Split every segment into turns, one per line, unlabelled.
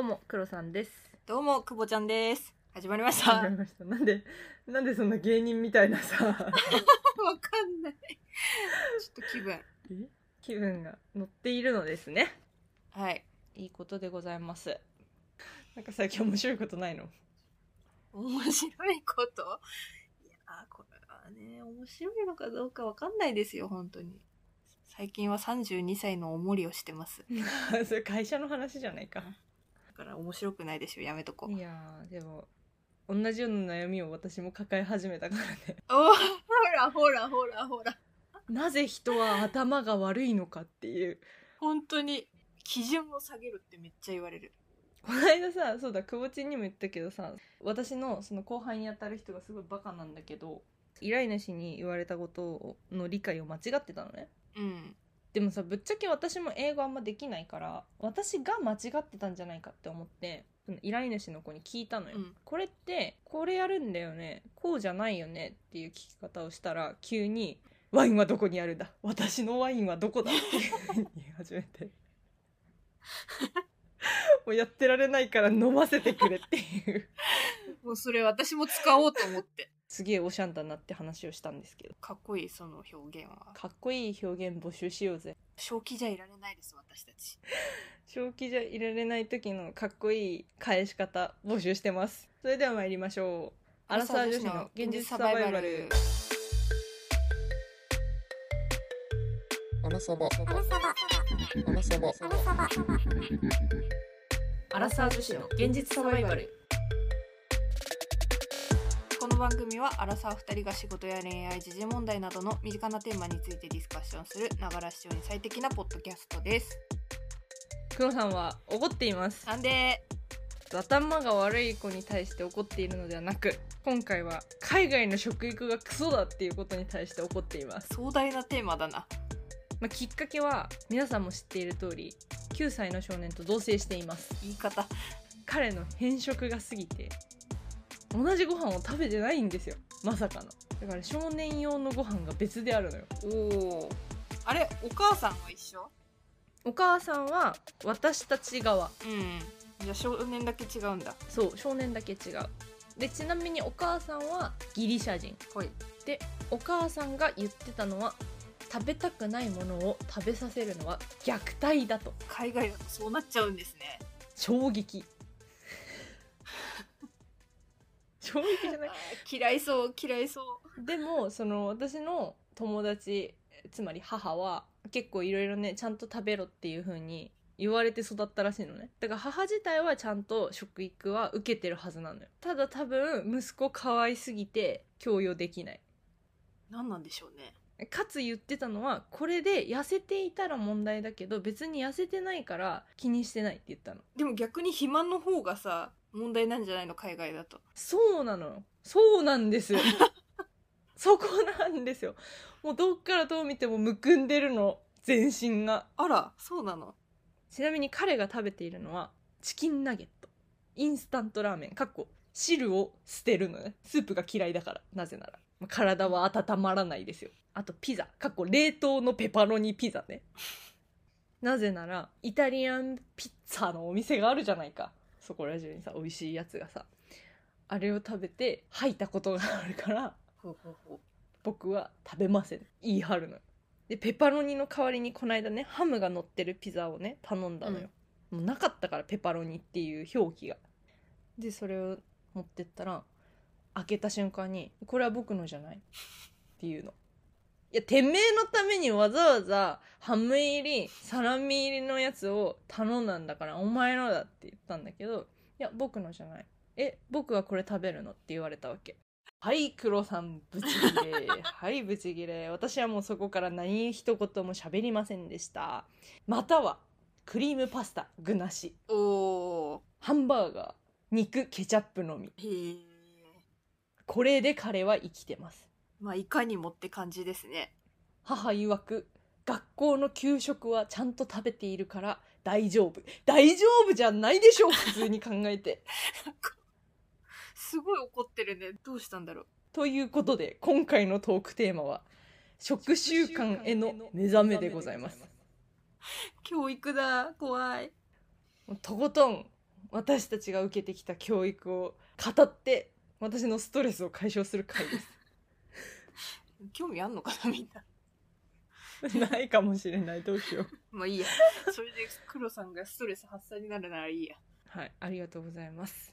うも、クロさんです。
どうも、くぼちゃんです。始まりま し
わ
た。
か
わ
りました。なんで、なんでそんな芸人みたいなさ、
かんない。ちょっと気分。
気分が乗っているのですね。
はい。いいことでございます。
なんか最近面白いことないの
面白いこといやー、これはね、面白いのかどうかわかんないですよ、本当に。最近は32歳のおもりをしてます。
それ会社の話じゃないか。
だから面白くないでしょ、やめとこう。
いやー、でも、同じような悩みを私も抱え始めたからね。
おーほらほらほらほら。
なぜ人は頭が悪いのかっていう。
本当に、基準を下げるってめっちゃ言われる。
この間さそうだ久保ちんにも言ったけどさ私のその後輩に当たる人がすごいバカなんだけど依頼主に言われたことの理解を間違ってたのね
うん。
でもさぶっちゃけ私も英語あんまできないから私が間違ってたんじゃないかって思ってその依頼主の子に聞いたのよ、
うん
これってこれやるんだよねこうじゃないよねっていう聞き方をしたら急に「ワインはどこにあるんだ私のワインはどこだ」っていうふうに言い始め てもうやってられないから飲ませてくれっていう
もうそれ私も使おうと思って。
すげえおしゃんだなって話をしたんですけど
かっこいい、その表現は。
かっこいい表現募集しようぜ
正気じゃいられないです、私たち。
正気じゃいられない時のかっこいい返し方募集してますそれでは参りましょうアラサー女子の現実サバイバル
アラサバ。アラサバ。アラサバ。
アラサー女子の現実サバイバル
この番組はアラサー2人が仕事や恋愛時事問題などの身近なテーマについてディスカッションするながら視聴に最適なポッドキャストです
黒さんは怒っています
なんで
頭が悪い子に対して怒っているのではなく今回は海外の食育がクソだっていうことに対して怒っています、
壮大なテーマだな
まあ、きっかけは皆さんも知っている通り9歳の少年と同棲しています
言い方
彼の偏食が過ぎて同じご飯を食べてないんですよまさかのだから少年用のご飯が別であるのよ
おおあれお母さんは一緒
お母さんは私たち側
うんじゃあ少年だけ違うんだ
そう少年だけ違うでちなみにお母さんはギリシャ人
ほい
でお母さんが言ってたのは食べたくないものを食べさせるのは虐待だと
海外だとそうなっちゃうんですね
衝撃衝撃じゃない
嫌いそう嫌いそう
でもその私の友達つまり母は結構いろいろねちゃんと食べろっていう風に言われて育ったらしいのねだから母自体はちゃんと食育は受けてるはずなのよただ多分息子可愛すぎて強要できない
何なんでしょうね
かつ言ってたのはこれで痩せていたら問題だけど別に痩せてないから気にしてないって言ったの
でも逆に肥満の方がさ問題なんじゃないの海外だと
そうなのよそうなんですよそこなんですよもうどっからどう見てもむくんでるの全身が
あらそうなの
ちなみに彼が食べているのはチキンナゲットインスタントラーメンかっこ汁を捨てるのねスープが嫌いだからなぜならまあ体は温まらないですよあとピザかっこ冷凍のペパロニピザねなぜならイタリアンピッツァのお店があるじゃないかそこら中にさ美味しいやつがさあれを食べて吐いたことがあるから
ほうほうほう
僕は食べません言い張るのよでペパロニの代わりにこの間ねハムが乗ってるピザをね頼んだのよ、もうなかったからペパロニっていう表記がでそれを持ってったら開けた瞬間に「これは僕のじゃない?」っていうのいやてめえのためにわざわざハム入りサラミ入りのやつを頼んだんだからお前のだって言ったんだけど「いや僕のじゃないえ僕はこれ食べるの?」って言われたわけはい、黒さん、ブチギレ。はい、ブチギレ。私はもうそこから何一言も喋りませんでした。または、クリームパスタ、具なし。
おー
ハンバーガー、肉、ケチャップのみ。
へえ
これで彼は生きてます。
まあいかにもって感じですね
母曰く、学校の給食はちゃんと食べているから大丈夫。大丈夫じゃないでしょう、普通に考えて。
すごい怒ってるねどうしたんだろう
ということで、今回のトークテーマは、食習慣への目覚めでございます。
教育だ怖い
もうとことん私たちが受けてきた教育を語って私のストレスを解消する回です
興味あんのかなみんな
ないかもしれないどうしよう
まあいいやそれで黒さんがストレス発散になるならいいや
はいありがとうございます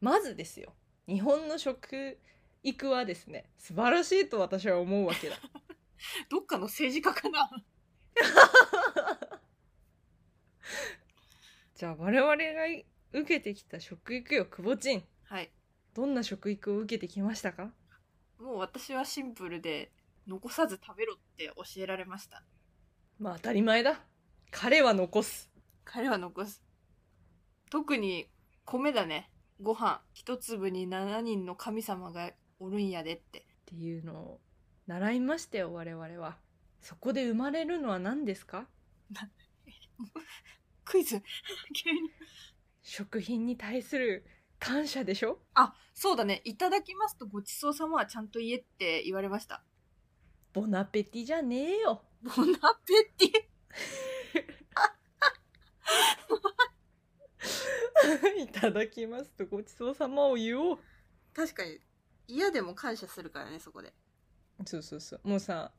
まずですよ日本の食育はですね素晴らしいと私は思うわけ だ
どっかの政治家かな
じゃあ我々が受けてきた食育よくぼちん
はい
どんな食育を受けてきましたか
もう私はシンプルで残さず食べろって教えられました
まあ当たり前だ彼は残す
彼は残す特に米だねご飯一粒に7人の神様がおるんやでって
っていうのを習いましたよ我々はそこで生まれるのは何ですか
クイズ 急に
食品に対する感謝でしょ
あそうだねいただきますとごちそうさまはちゃんと言えって言われました
ボナペティじゃねえよ
ボナペティ
いただきますとごちそうさまを言おう
確かに嫌でも感謝するからねそこで
そうそうそうもうさ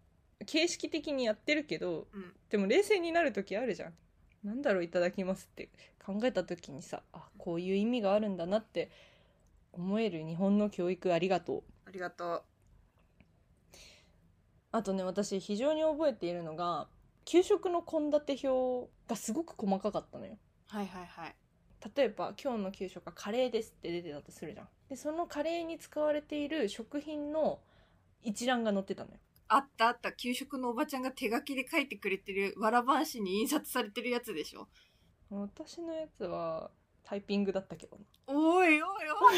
形式的にやってるけど、
うん
でも冷静になる時あるじゃんなんだろういただきますって考えた時にさあこういう意味があるんだなって思える日本の教育ありがとう
ありがと
あとね私非常に覚えているのが給食の献立表がすごく細かかったのよ
うはいはいはい
例えば今日の給食はカレーですって出てたとするじゃんでそのカレーに使われている食品の一覧が載ってたのよ
あったあった給食のおばちゃんが手書きで書いてくれてるわらばんしに印刷されてるやつでしょ
私のやつはタイピングだったけどな
おいおい おい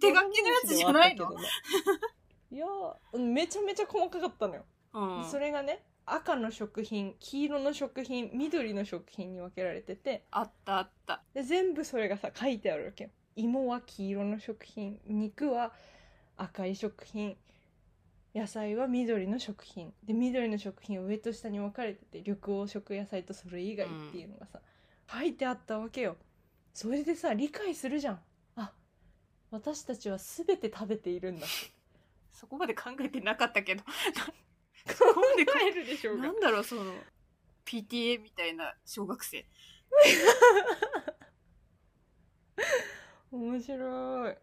手書きのやつじゃないの、
俺のやつではあったけどね いやーめちゃめちゃ細かかったのよ、
うん、
それがね赤の食品黄色の食品緑の食品に分けられてて
あったあった
で全部それがさ書いてあるわけよ芋は黄色の食品肉は赤い食品野菜は緑の食品で緑の食品は上と下に分かれてて緑黄色野菜とそれ以外っていうのがさ、書いてあったわけよそれでさ理解するじゃんあ私たちは全て食べているんだ
そこまで考えてなかった けど
考えるでしょうが
なんだろうその PTA みたいな小学生
面白い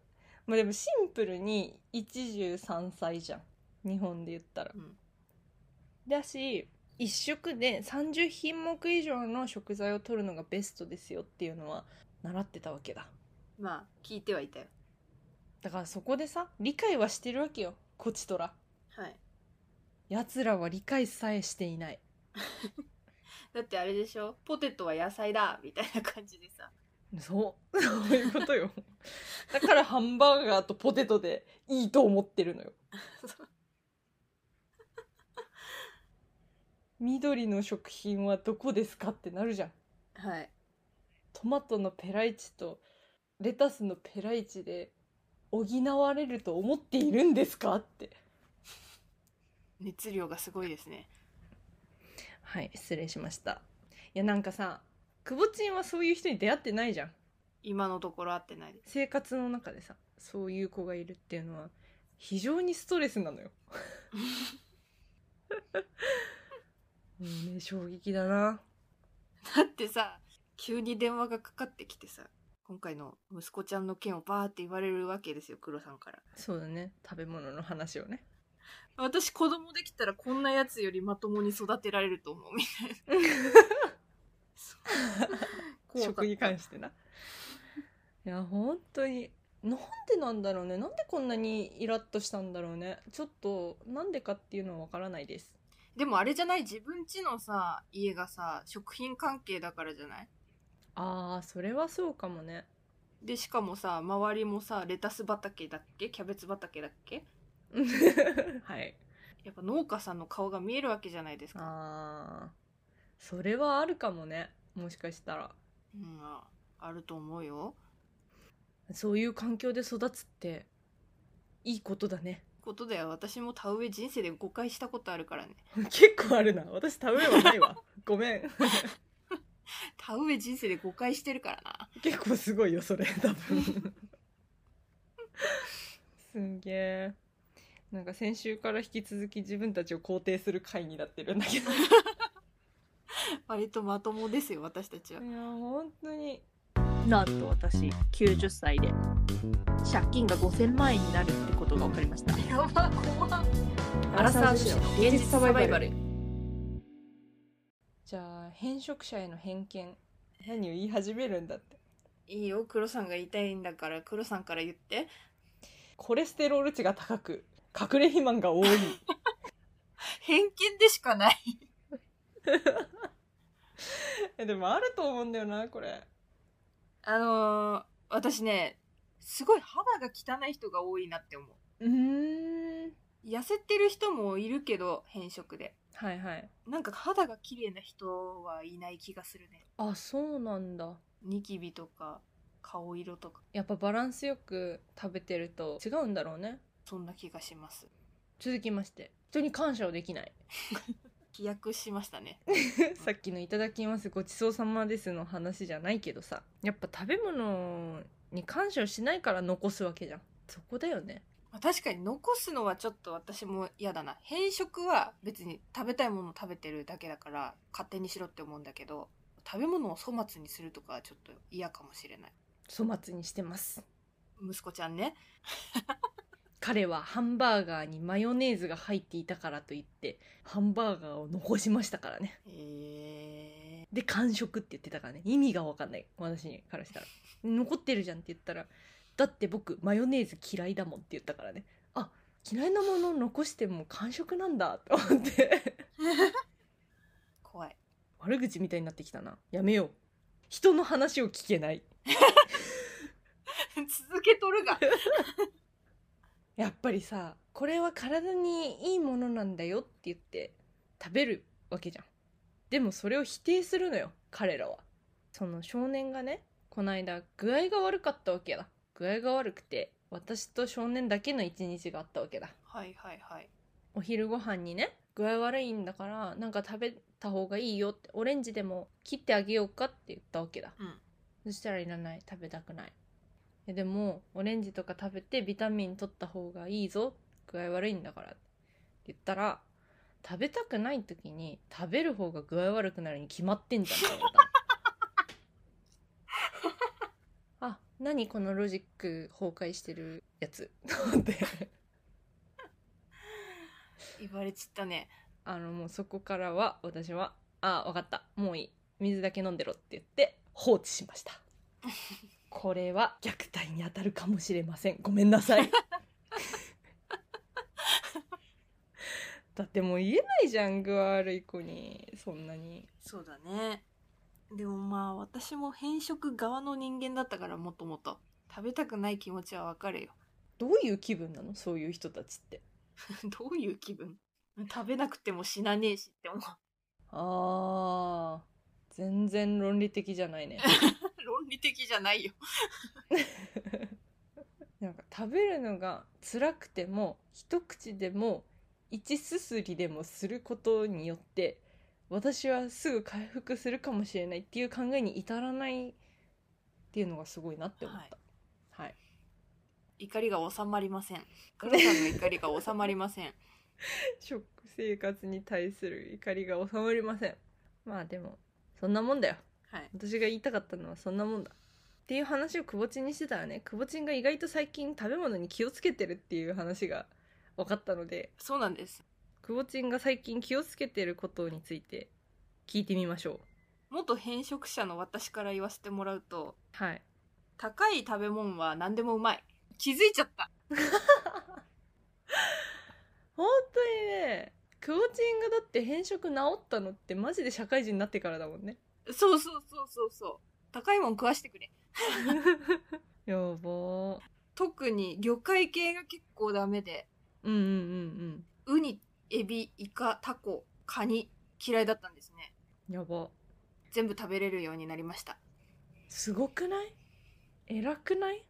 まあでもシンプルに一汁三菜じゃん日本で言ったら、
うん
だし1食で30品目以上の食材を取るのがベストですよっていうのは習ってたわけだ
まあ聞いてはいたよ
だからそこでさ理解はしてるわけよこちとら
はい
やつらは理解さえしていない
だってあれでしょポテトは野菜だみたいな感じで さ
そう そういうことよだからハンバーガーとポテトでいいと思ってるのよ緑の食品はどこですかってなるじゃん
はい
トマトのペライチとレタスのペライチで補われると思っているんですかって
熱量がすごいですね
はい失礼しましたいやなんかさくぼちんはそういう人に出会ってないじゃん
今のところ合ってないです
生活の中でさそういう子がいるっていうのは非常にストレスなのよもうね衝撃だな
だってさ急に電話がかかってきてさ今回の息子ちゃんの件をバーって言われるわけですよ黒さんから
そうだね食べ物の話をね
私子供できたらこんなやつよりまともに育てられると思うみたいなそ う
食に関してないや本当になんでなんだろうねなんでこんなにイラッとしたんだろうねちょっとなんでかっていうのはわからないです
でもあれじゃない自分家のさ家がさ食品関係だからじゃない
あーそれはそうかもね
でしかもさ周りもさレタス畑だっけキャベツ畑だっけ
うんはい
やっぱ農家さんの顔が見えるわけじゃないですか
あーそれはあるかもねもしかしたら
うんああると思うよ
そういう環境で育つっていいことだね。
ことだよ私も田植え人生で5回したことあるからね
結構あるな私食べは ないわごめん
田植え人生で5回してるからな
結構すごいよそ れ多分すんげえなんか先週から引き続き自分たちを肯定する回になってるんだけ どい
割とまともですよ私たちは
や本当に
なんと私90歳で借金が5000万円になるってことが分かりました
やば怖
アラサー女子の現実サバイバル
じゃあ偏食者への偏見何を言い始めるんだって
いいよ黒さんが言いたいんだから黒さんから言って
コレステロール値が高く隠れ肥満 が多い
偏見でしかない
えでもあると思うんだよなこれ
あのー私ねすごい肌が汚い人が多いなって思う
うん
痩せてる人もいるけど偏食で
はいはい
なんか肌が綺麗な人はいない気がするね
あそうなんだ
ニキビとか顔色とか
やっぱバランスよく食べてると違うんだろうね
そんな気がします
続きまして人に感謝をできない
飛躍しましたね
さっきの「いただきますごちそうさまです」の話じゃないけどさやっぱ食べ物に感謝をしないから残すわけじゃんそこだよね
まあ確かに残すのはちょっと私も嫌だな偏食は別に食べたいものを食べてるだけだから勝手にしろって思うんだけど食べ物を粗末にするとかはちょっと嫌かもしれない
粗末にしてます
息子ちゃんね
彼はハンバーガーにマヨネーズが入っていたからといってハンバーガーを残しましたからね
え
で完食って言ってたからね意味が分かんない私にからしたら残ってるじゃんって言ったらだって僕マヨネーズ嫌いだもんって言ったからねあ嫌いなものを残しても完食なんだと思って
怖い
悪口みたいになってきたなやめよう人の話を聞けない
続けとるが
やっぱりさこれは体にいいものなんだよって言って食べるわけじゃんでもそれを否定するのよ彼らはその少年がねこないだ具合が悪かったわけだ具合が悪くて私と少年だけの一日があったわけだ
はいはいはい
お昼ご飯にね具合悪いんだからなんか食べた方がいいよってオレンジでも切ってあげようかって言ったわけだ、
うん
そしたらいらない食べたくないえでもオレンジとか食べてビタミン取った方がいいぞ具合悪いんだからって言ったら食べたくない時に食べる方が具合悪くなるに決まってんじゃんって思ったあ何このロジック崩壊してるやつと思って
言われちったね
あのもうそこからは私は「ああ分かったもういい水だけ飲んでろ」って言って放置しましたこれは虐待に当たるかもしれませんごめんなさいだってもう言えないじゃん具合悪い子にそんなに
そうだねでもまあ私も偏食側の人間だったからもともと食べたくない気持ちはわかるよ
どういう気分なのそういう人たちって
どういう気分食べなくても死なねえしって思う
あー全然論理的じゃないね
論理的じゃないよ
なんか食べるのが辛くても一口でも一すすりでもすることによって私はすぐ回復するかもしれないっていう考えに至らないっていうのがすごいなって思った。はい、
怒りが収まりません黒さんの怒りが収まりま せん
食生活に対する怒りが収まりません。まあでもそんなもんだよ。
はい
私が言いたかったのはそんなもんだ。っていう話をくぼちんにしてたらね、くぼちんが意外と最近食べ物に気をつけてるっていう話が分かったので、
そうなんです
くぼちんが最近気をつけてることについて聞いてみましょう
元偏食者の私から言わせてもらうと
はい
高い食べ物は何でもうまい気づいちゃった
本当にねくぼちんがだって偏食治ったのってマジで社会人になってからだもんね
そうそうそうそうそう高いもん食わしてくれ
やばー
特に魚介系が結構ダメで
うんうんうん
ウニエビイカタコカニ嫌いだったんですね
うんやば
全部食べれるようになりました
すごくない偉くない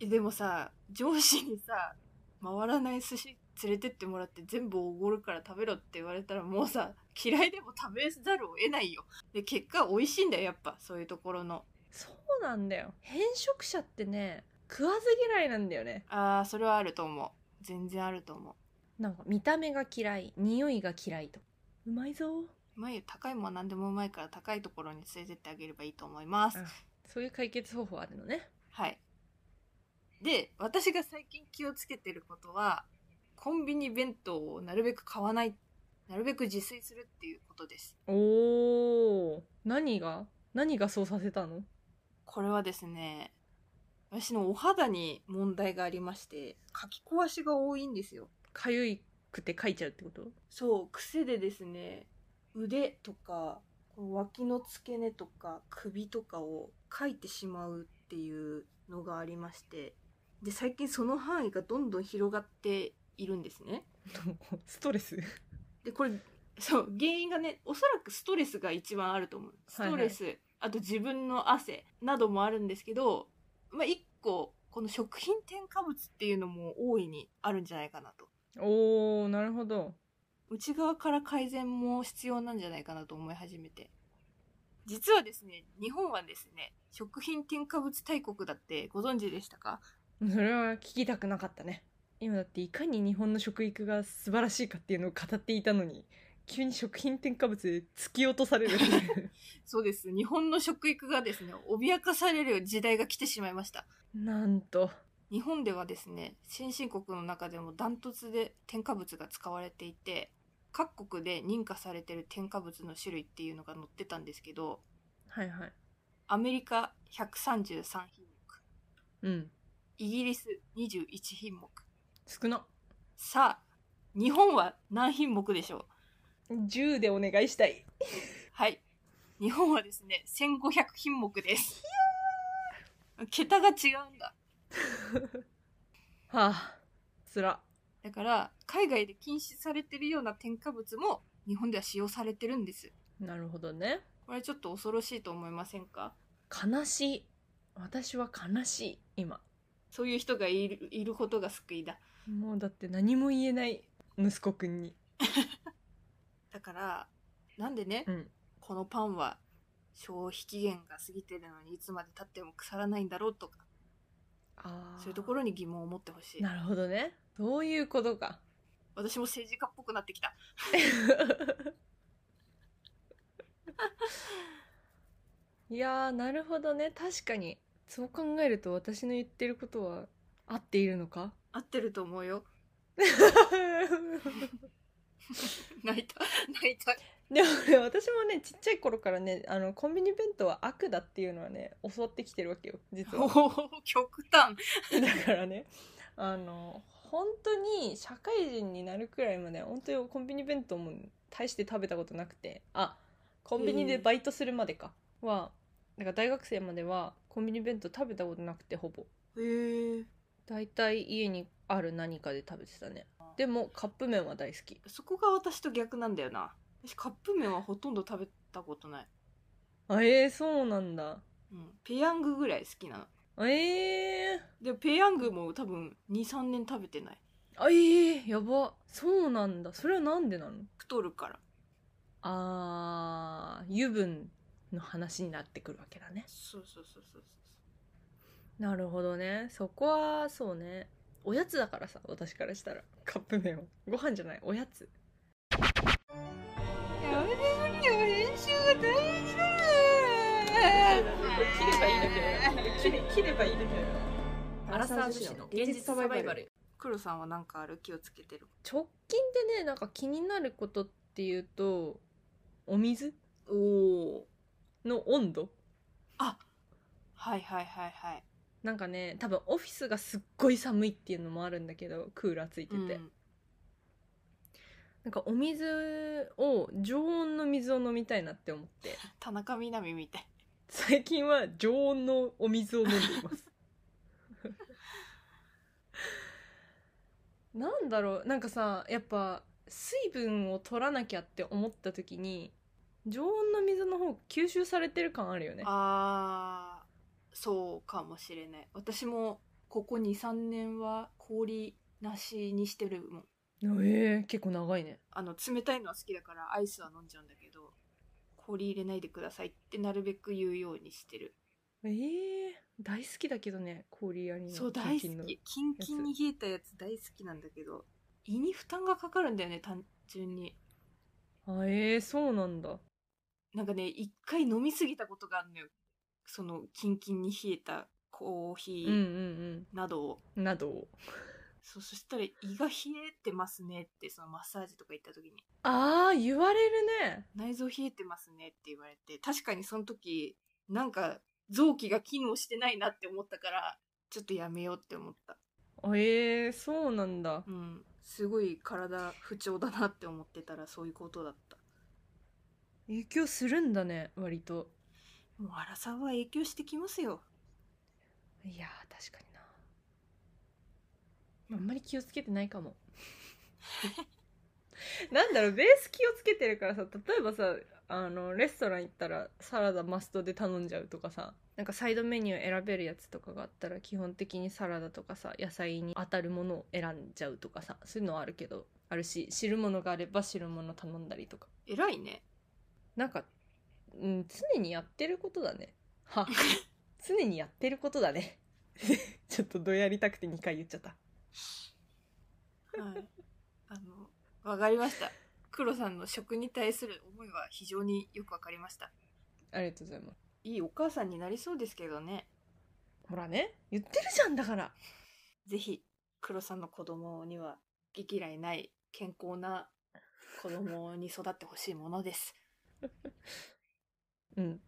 えでもさ上司にさ回らない寿司連れてってもらって全部おごるから食べろって言われたらもうさ嫌いでも食べざるを得ないよで結果美味しいんだよやっぱそういうところの
そうなんだよ偏食者ってね食わず嫌いなんだよね
あーそれはあると思う全然あると思う
なんか見た目が嫌い匂いが嫌いとうまいぞー
うまいよ高いもんは何でもうまいから高いところに連れてってあげればいいと思います
あそういう解決方法あるのね
はいで私が最近気をつけてることはコンビニ弁当をなるべく買わないなるべく自炊するっていうことです
おお何が何がそうさせたの
これはですね私のお肌に問題がありまして書き壊しが多いんですよ
かゆいくて書いちゃうってこと
そう癖でですね腕とかこの脇の付け根とか首とかをかいてしまうっていうのがありましてで最近その範囲がどんどん広がっているんですね
ストレス
でこれそう原因がねおそらくストレスが一番あると思うストレス、あと自分の汗などもあるんですけどまあ一個この食品添加物っていうのも大いにあるんじゃないかなと
おおなるほど
内側から改善も必要なんじゃないかなと思い始めて実はですね日本はですね食品添加物大国だってご存知でしたか
それは聞きたくなかったね今だっていかに日本の食育が素晴らしいかっていうのを語っていたのに急に食品添加物で突き落とされる
そうです日本の食育がですね脅かされる時代が来てしまいました
なんと
日本ではですね先進国の中でもダントツで添加物が使われていて各国で認可されてる添加物の種類っていうのが載ってたんですけど
はいはい
アメリカ133品目
うん
イギリス21品目
少な
さあ日本は何品目でしょう
10でお願いしたい
はい日本はですね1500品目です桁が違うんだ
はあつら
だから海外で禁止されてるような添加物も日本では使用されてるんです
なるほどね
これちょっと恐ろしいと思いませんか
悲しい私は悲しい今
そういう人がいるいることが救いだ
もうだって何も言えない息子くんに
だからなんでね、
うん
このパンは消費期限が過ぎてるのにいつまで経っても腐らないんだろうとか
あ
そういうところに疑問を持ってほしい
なるほどねそういうこと か
私も政治家っぽくなってきた
いやーなるほどね確かにそう考えると私の言ってることは合っているの か
合ってると思うよ泣 いた泣いた
でもね私もねちっちゃい頃からねあのコンビニ弁当は悪だっていうのはね教わってきてるわけよ実
お
は
ー極端
だからねあの本当に社会人になるくらいまで本当にコンビニ弁当も大して食べたことなくてあコンビニでバイトするまでかはなんか大学生まではコンビニ弁当食べたことなくてほぼ
へえ
だいたい家にある何かで食べてたねでもカップ麺は大好き
そこが私と逆なんだよな私カップ麺はほとんど食べたことない、
あえー、そうなんだ
うん、ペヤングぐらい好きなの
えー、
でもペヤングも多分23年食べてない
あえー、やばそうなんだそれはなんでなの
太るから
あー油分の話になってくるわけだね
そうそうそうそう
なるほどねそこはそうねおやつだからさ私からしたらカップ麺はご飯じゃないおやつ
やめてくれよ編集が大事だよ
切ればいいだけだよ切ればいいだけだよ
アラサー女子の現実サバイバル。
黒さんは何かある気をつけてる
直近でねなんか気になることっていうとお水
おお
の温度
はいはいはいはい
なんかね多分オフィスがすっごい寒いっていうのもあるんだけどクーラーついてて、
うん
なんかお水を常温の水を飲みたいなって思って
田中みな実みたい
最近は常温のお水を飲んでいます なんだろうなんかさやっぱ水分を取らなきゃって思った時に常温の水の方が吸収されてる感あるよね
あーそうかもしれない私もここ23年は氷なしにしてるもん
えー、結構長いね
あの冷たいのは好きだからアイスは飲んじゃうんだけど氷入れないでくださいってなるべく言うようにしてる
えー、大好きだけどね氷やりの
そう大
キンキン
好
の
きキンキンに冷えたやつ大好きなんだけど胃に負担がかかるんだよね単純に
あえー、そうなんだ
なんかね一回飲みすぎたことがあるのよそのキンキンに冷えたコーヒ
うんう
ー
ん
などを、
うんなどを
そうそしたら胃が冷えてますねってそのマッサージとか行った時に
ああ言われるね
内臓冷えてますねって言われて確かにその時なんか臓器が機能してないなって思ったからちょっとやめようって思った
あえー、そうなんだ
うんすごい体不調だなって思ってたらそういうことだった
影響するんだね割と
もう荒さは影響してきますよ
いやー確かになあんまり気をつけてないかも なんだろうベース気をつけてるからさ例えばさあのレストラン行ったらサラダマストで頼んじゃうとかさなんかサイドメニュー選べるやつとかがあったら基本的にサラダとかさ野菜に当たるものを選んじゃうとかさそういうのはあるけどあるし汁物があれば汁物頼んだりとか
偉いね
なんか、うん、常にやってることだね。は、常にやってることだね。 ちょっとどやりたくて2回言っちゃった。
はいあのわかりました黒さんの食に対する思いは非常によくわかりました
ありがとうございます。
いいお母さんになりそうですけどね
ほらね、言ってるじゃんだから。
ぜひ黒さんの子供には毛嫌いない健康な子供に育ってほしいものです。
うん。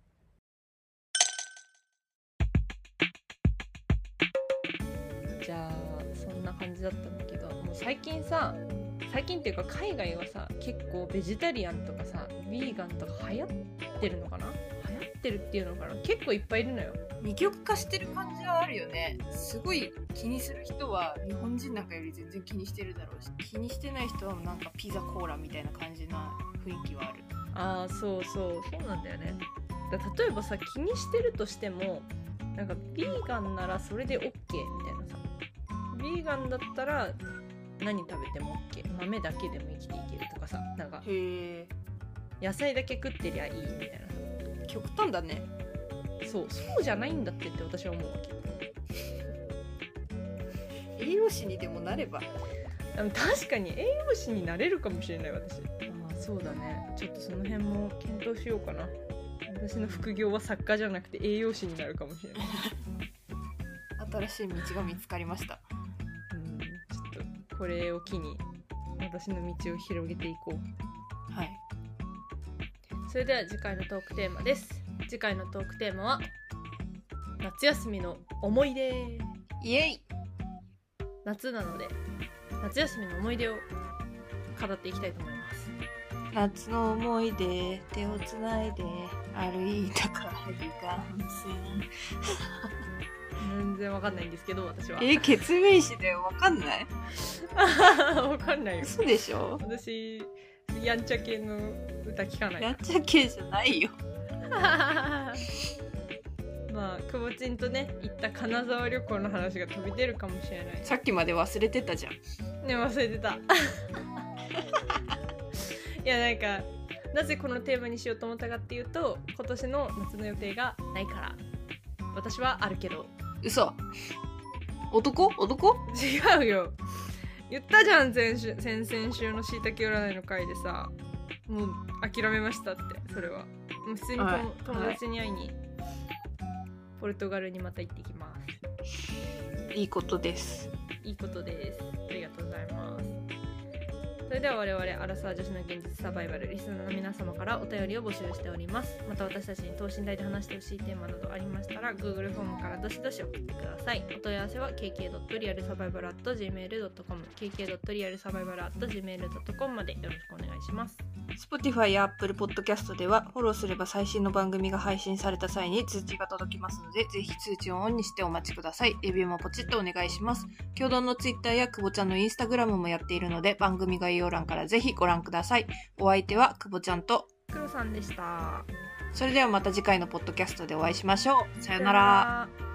じゃあ、そんな感じだったんだけど、もう最近さ、最近っていうか海外はさ、結構ベジタリアンとかさ、ヴィーガンとか流行ってるのかな流行ってるっていうのかな結構いっぱいいるのよ。
二極化してる感じはあるよね。すごい気にする人は日本人なんかより全然気にしてるだろうし、気にしてない人はなんかピザコーラみたいな感じな雰囲気はある。
ああそうそうそうなんだよねだ例えばさ気にしてるとしてもなんかビーガンならそれで OK みたいなさビーガンだったら何食べても OK 豆だけでも生きていけるとかさなんか
へえ、
野菜だけ食ってりゃいいみたいな
極端だね。
さそうそうじゃないんだってって私は思うわけ
栄養士にでもなれば。
でも確かに栄養士になれるかもしれない私ああそうだねちょっとその辺も検討しようかな私の副業は作家じゃなくて栄養士になるかもしれない
新しい道が見つかりました。
うん、ちょっとこれを機に私の道を広げていこう
はい。
それでは次回のトークテーマです次回のトークテーマは夏休みの思い出
イエイ
夏なので夏休みの思い出を語っていきたいと思います
夏の思い出手をつないで歩いた からが
全然わかんないんですけど私は
え決明詞だよわかんない
わかんないよ
嘘でしょ
私やんちゃ系の歌聞かない
やっちゃけじゃないよ
まあくぼちんとね行った金沢旅行の話が飛び出るかもしれない
さっきまで忘れてたじゃん
ね忘れて たいやなんかなぜこのテーマにしようと思ったかっていうと今年の夏の予定がないから私はあるけど
嘘男男
違うよ言ったじゃん先週先々週のしいたけ占いの回でさもう諦めましたってそれはもう普通にとも、
はい
友達に会いに、ポルトガルにまた行ってきます
いいことです
いいことです。ありがとうございます。それでは我々アラサー女子の現実サバイバルリスナーの皆様からお便りを募集しておりますまた私たちに等身大で話してほしいテーマなどありましたら Google フォームからどしどし送ってくださいお問い合わせは kk.realsurvival.gmail.com kk.realsurvival.gmail.com までよろしくお願いします
Spotify や Apple Podcast ではフォローすれば最新の番組が配信された際に通知が届きますのでぜひ通知をオンにしてお待ちくださいレビューもポチッとお願いします共同の Twitter やくぼちゃんの Instagram もやっているので番組概要欄からぜひご覧くださいお相手はくぼちゃんと
黒さんでした
それではまた次回のポッドキャストでお会いしましょうさようなら
さよなら